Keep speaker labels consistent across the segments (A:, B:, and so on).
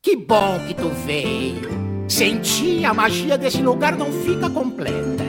A: Que bom que tu veio. Sem ti, a magia desse lugar não fica completa.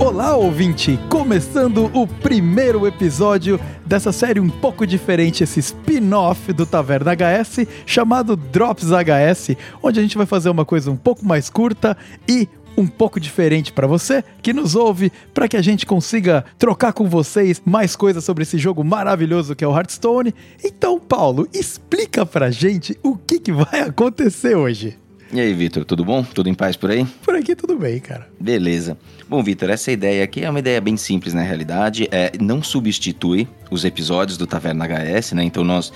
B: Olá, ouvinte! Começando o primeiro episódio dessa série um pouco diferente, esse spin-off do Taverna HS, chamado Drops HS, onde a gente vai fazer uma coisa um pouco mais curta e um pouco diferente para você que nos ouve, para que a gente consiga trocar com vocês mais coisas sobre esse jogo maravilhoso que é o Hearthstone. Então, Paulo, explica pra gente o que, que vai acontecer hoje.
C: E aí, Vitor, tudo bom? Tudo em paz por aí?
B: Por aqui tudo bem, cara.
C: Beleza. Bom, Vitor, essa ideia aqui é uma ideia bem simples na realidade. É, não substitui os episódios do Taverna HS, né? Então nós.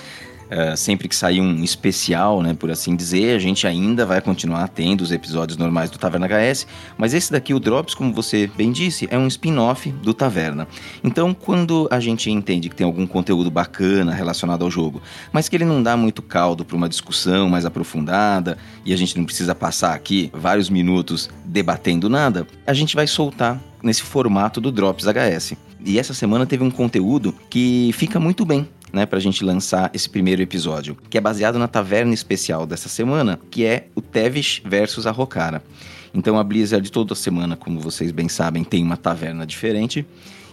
C: é, sempre que sair um especial, né, por assim dizer, a gente ainda vai continuar tendo os episódios normais do Taverna HS, mas esse daqui, o Drops, como você bem disse, é um spin-off do Taverna. Então, quando a gente entende que tem algum conteúdo bacana relacionado ao jogo, mas que ele não dá muito caldo para uma discussão mais aprofundada e a gente não precisa passar aqui vários minutos debatendo nada, a gente vai soltar nesse formato do Drops HS. E essa semana teve um conteúdo que fica muito bem. Né, pra gente lançar esse primeiro episódio, que é baseado na taverna especial dessa semana, que é o Tevish versus a Rocara. Então a Blizzard toda semana, como vocês bem sabem, tem uma taverna diferente.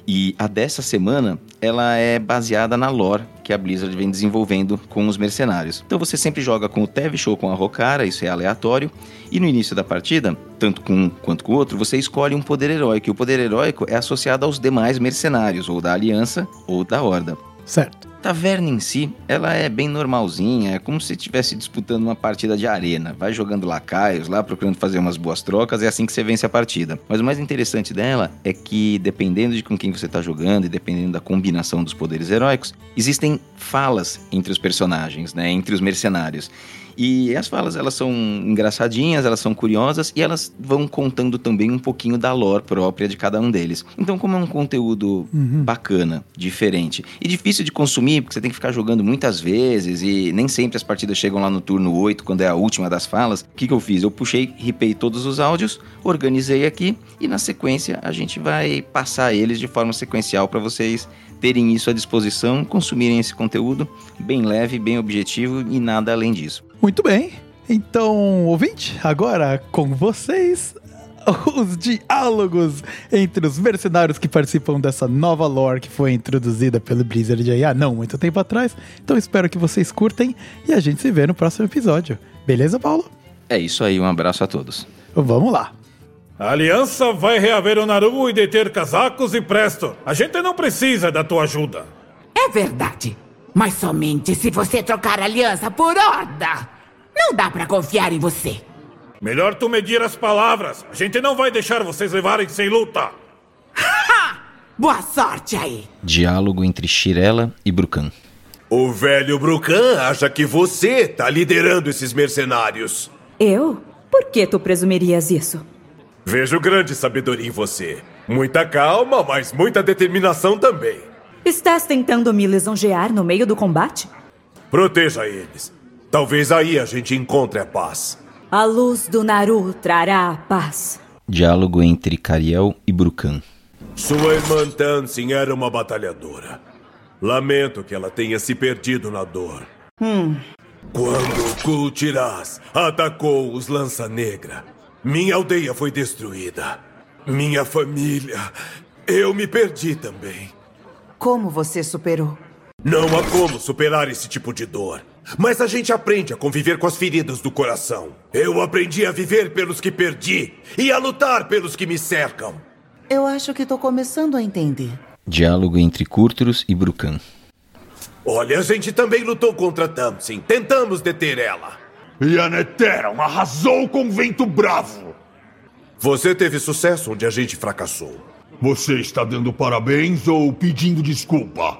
C: E a dessa semana, ela é baseada na lore que a Blizzard vem desenvolvendo com os mercenários. Então você sempre joga com o Tevish ou com a Rocara, isso é aleatório. E no início da partida, tanto com um quanto com o outro, você escolhe um poder heróico. E o poder heróico é associado aos demais mercenários, ou da Aliança, ou da Horda.
B: Certo.
C: Taverna em si, ela é bem normalzinha, é como se estivesse disputando uma partida de arena. Vai jogando lacaios lá, procurando fazer umas boas trocas, é assim que você vence a partida. Mas o mais interessante dela é que, dependendo de com quem você está jogando e dependendo da combinação dos poderes heróicos, existem falas entre os personagens, né? Entre os mercenários. E as falas, elas são engraçadinhas, elas são curiosas e elas vão contando também um pouquinho da lore própria de cada um deles. Então, como é um conteúdo
B: Uhum.
C: bacana, diferente. E difícil de consumir, porque você tem que ficar jogando muitas vezes e nem sempre as partidas chegam lá no turno 8, quando é a última das falas. O que, que eu fiz? Eu puxei, ripei todos os áudios, organizei aqui e na sequência a gente vai passar eles de forma sequencial para vocês terem isso à disposição, consumirem esse conteúdo bem leve, bem objetivo e nada além disso.
B: Muito bem. Então, ouvinte, agora com vocês os diálogos entre os mercenários que participam dessa nova lore que foi introduzida pelo Blizzard aí há não muito tempo atrás. Então espero que vocês curtem e a gente se vê no próximo episódio. Beleza, Paulo?
C: É isso aí, um abraço a todos.
B: Vamos lá.
D: A aliança vai reaver o Naru e deter casacos e presto. A gente não precisa da tua ajuda.
A: É verdade. Mas somente se você trocar a aliança por horda. Não dá pra confiar em você.
D: Melhor tu medir as palavras. A gente não vai deixar vocês levarem sem luta.
A: Boa sorte aí.
C: Diálogo entre Shirela e Brucan.
E: O velho Brucan acha que você tá liderando esses mercenários.
F: Eu? Por que tu presumirias isso?
E: Vejo grande sabedoria em você. Muita calma, mas muita determinação também.
F: Estás tentando me lisonjear no meio do combate?
E: Proteja eles. Talvez aí a gente encontre a paz.
F: A luz do Naru trará a paz.
C: Diálogo entre Cariel e Brucan.
E: Sua irmã Tansin era uma batalhadora. Lamento que ela tenha se perdido na dor. Quando Kultiras atacou os Lança Negra, minha aldeia foi destruída. Minha família. Eu me perdi também.
G: Como você superou?
E: Não há como superar esse tipo de dor. Mas a gente aprende a conviver com as feridas do coração. Eu aprendi a viver pelos que perdi e a lutar pelos que me cercam.
G: Eu acho que tô começando a entender.
C: Diálogo entre Curtrus e Brucan.
E: Olha, a gente também lutou contra Tamsin. Tentamos deter ela. E a Neteram arrasou com o vento bravo. Você teve sucesso onde a gente fracassou.
H: Você está dando parabéns ou pedindo desculpa?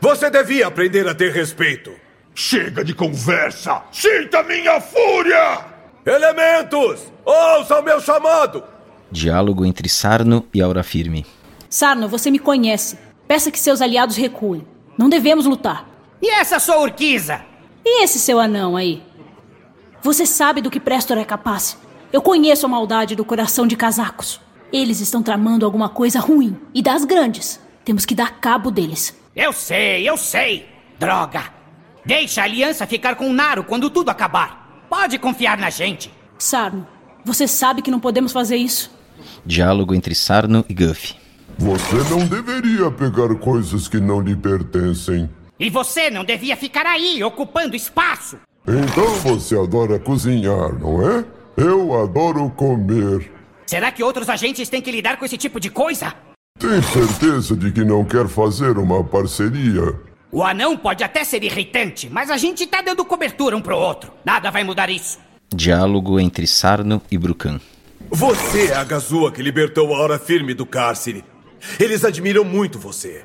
E: Você devia aprender a ter respeito.
H: Chega de conversa! Sinta minha fúria!
E: Elementos, ouça o meu chamado.
C: Diálogo entre Sarno e Aura Firme.
I: Sarno, você me conhece. Peça que seus aliados recuem. Não devemos lutar.
J: E essa sua urquiza?
I: E esse seu anão aí? Você sabe do que Prestor é capaz. Eu conheço a maldade do coração de casacos. Eles estão tramando alguma coisa ruim e das grandes. Temos que dar cabo deles.
J: Eu sei, eu sei. Droga! Deixa a aliança ficar com Naro quando tudo acabar. Pode confiar na gente.
I: Sarno, você sabe que não podemos fazer isso.
C: Diálogo entre Sarno e Guff.
K: Você não deveria pegar coisas que não lhe pertencem.
J: E você não devia ficar aí, ocupando espaço.
K: Então você adora cozinhar, não é? Eu adoro comer.
J: Será que outros agentes têm que lidar com esse tipo de coisa?
K: Tem certeza de que não quer fazer uma parceria?
J: O anão pode até ser irritante, mas a gente tá dando cobertura um pro outro. Nada vai mudar isso.
C: Diálogo entre Sarno e Brucan.
E: Você é a Gazua que libertou a hora firme do cárcere. Eles admiram muito você.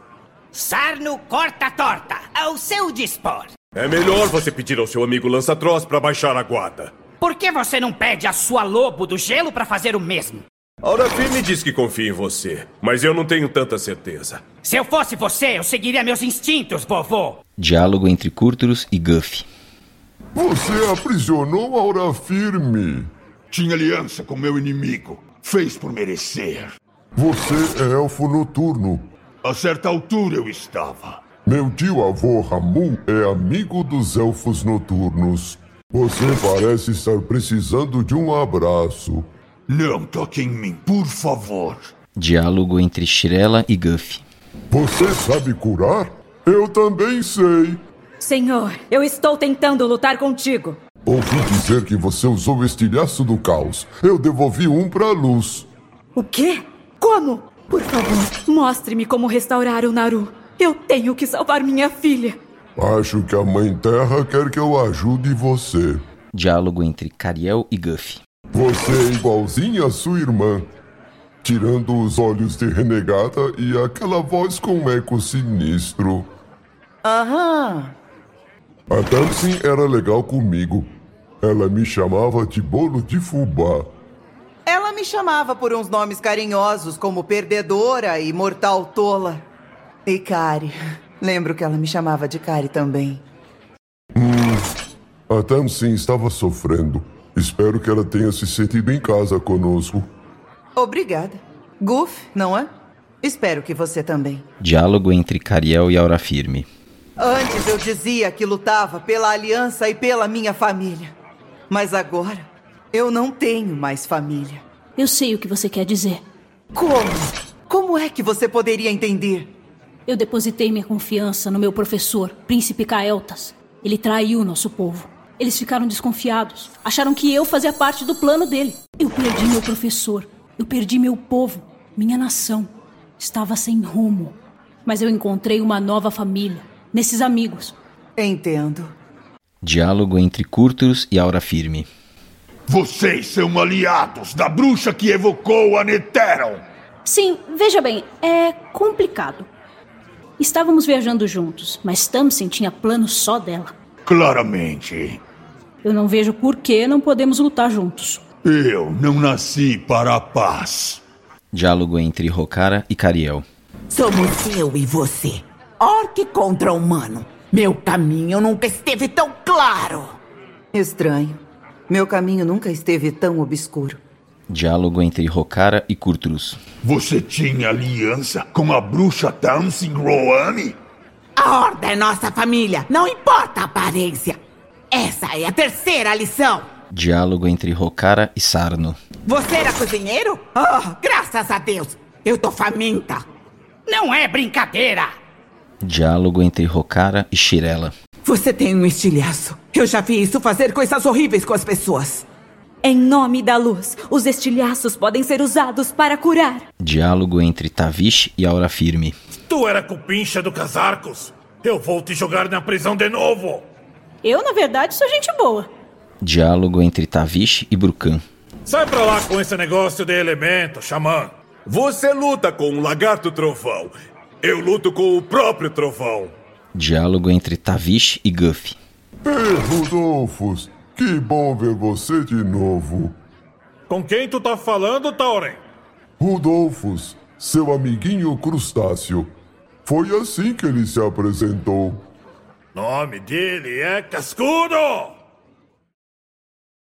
J: Sarno corta torta, ao seu dispor.
E: É melhor você pedir ao seu amigo Lança-Troz para baixar a guarda.
J: Por que você não pede a sua lobo do gelo para fazer o mesmo?
E: A hora firme diz que confia em você, mas eu não tenho tanta certeza.
J: Se eu fosse você, eu seguiria meus instintos, vovô.
C: Diálogo entre Curturus e Guff.
K: Você aprisionou a hora firme.
H: Tinha aliança com meu inimigo. Fez por merecer.
K: Você é elfo noturno.
H: A certa altura eu estava.
K: Meu tio avô Ramon é amigo dos elfos noturnos. Você parece estar precisando de um abraço.
H: Não toque em mim, por favor.
C: Diálogo entre Shirela e Guff.
K: Você sabe curar? Eu também sei.
F: Senhor, eu estou tentando lutar contigo.
K: Ouvi dizer que você usou o estilhaço do caos. Eu devolvi um pra luz.
F: O quê? Como? Por favor, mostre-me como restaurar o Naru. Eu tenho que salvar minha filha.
K: Acho que a Mãe Terra quer que eu ajude você.
C: Diálogo entre Cariel e Guff.
K: Você é igualzinha à sua irmã. Tirando os olhos de renegada e aquela voz com eco sinistro.
G: Aham.
K: A Tamsin era legal comigo. Ela me chamava de bolo de fubá.
G: Ela me chamava por uns nomes carinhosos como perdedora e mortal tola. E Kari. Lembro que ela me chamava de Kari também.
K: Hum, a Tamsin estava sofrendo. Espero que ela tenha se sentido em casa conosco.
G: Obrigada. Goof, não é? Espero que você também.
C: Diálogo entre Cariel e Aura Firme.
G: Antes eu dizia que lutava pela aliança e pela minha família. Mas agora eu não tenho mais família.
I: Eu sei o que você quer dizer.
G: Como? Como é que você poderia entender?
I: Eu depositei minha confiança no meu professor, Príncipe Caeltas. Ele traiu nosso povo. Eles ficaram desconfiados. Acharam que eu fazia parte do plano dele. Eu perdi meu professor. Eu perdi meu povo. Minha nação. Estava sem rumo. Mas eu encontrei uma nova família. Nesses amigos.
G: Entendo.
C: Diálogo entre Curtus e Aura Firme.
H: Vocês são aliados da bruxa que evocou a Neteron.
I: Sim, veja bem, é complicado. Estávamos viajando juntos, mas Tamsin tinha plano só dela.
H: Claramente.
I: Eu não vejo por que não podemos lutar juntos.
H: Eu não nasci para a paz.
C: Diálogo entre Rokara e Cariel.
A: Somos eu e você. Orc contra humano. Meu caminho nunca esteve tão claro.
G: Estranho. Meu caminho nunca esteve tão obscuro.
C: Diálogo entre Rokara e Kurtrus.
H: Você tinha aliança com a bruxa Tamsin Roane?
A: A horda é nossa família, não importa a aparência. Essa é a terceira lição.
C: Diálogo entre Rokara e Sarno.
A: Você era cozinheiro? Oh, graças a Deus! Eu tô faminta!
J: Não é brincadeira!
C: Diálogo entre Rokara e Shirela.
A: Você tem um estilhaço. Eu já vi isso fazer coisas horríveis com as pessoas.
F: Em nome da luz, os estilhaços podem ser usados para curar.
C: Diálogo entre Tavish e Aura Firme.
D: Tu era cupincha do Casarcos. Eu vou te jogar na prisão de novo.
I: Eu, na verdade, sou gente boa.
C: Diálogo entre Tavish e Brucan.
D: Sai pra lá com esse negócio de elemento, xamã.
E: Você luta com o lagarto trovão. Eu luto com o próprio trovão.
C: Diálogo entre Tavish e Guff.
K: Ei, Rudolfos, que bom ver você de novo.
D: Com quem tu tá falando, Tauren?
K: Rudolfos, seu amiguinho crustáceo. Foi assim que ele se apresentou.
D: Nome dele é Cascudo!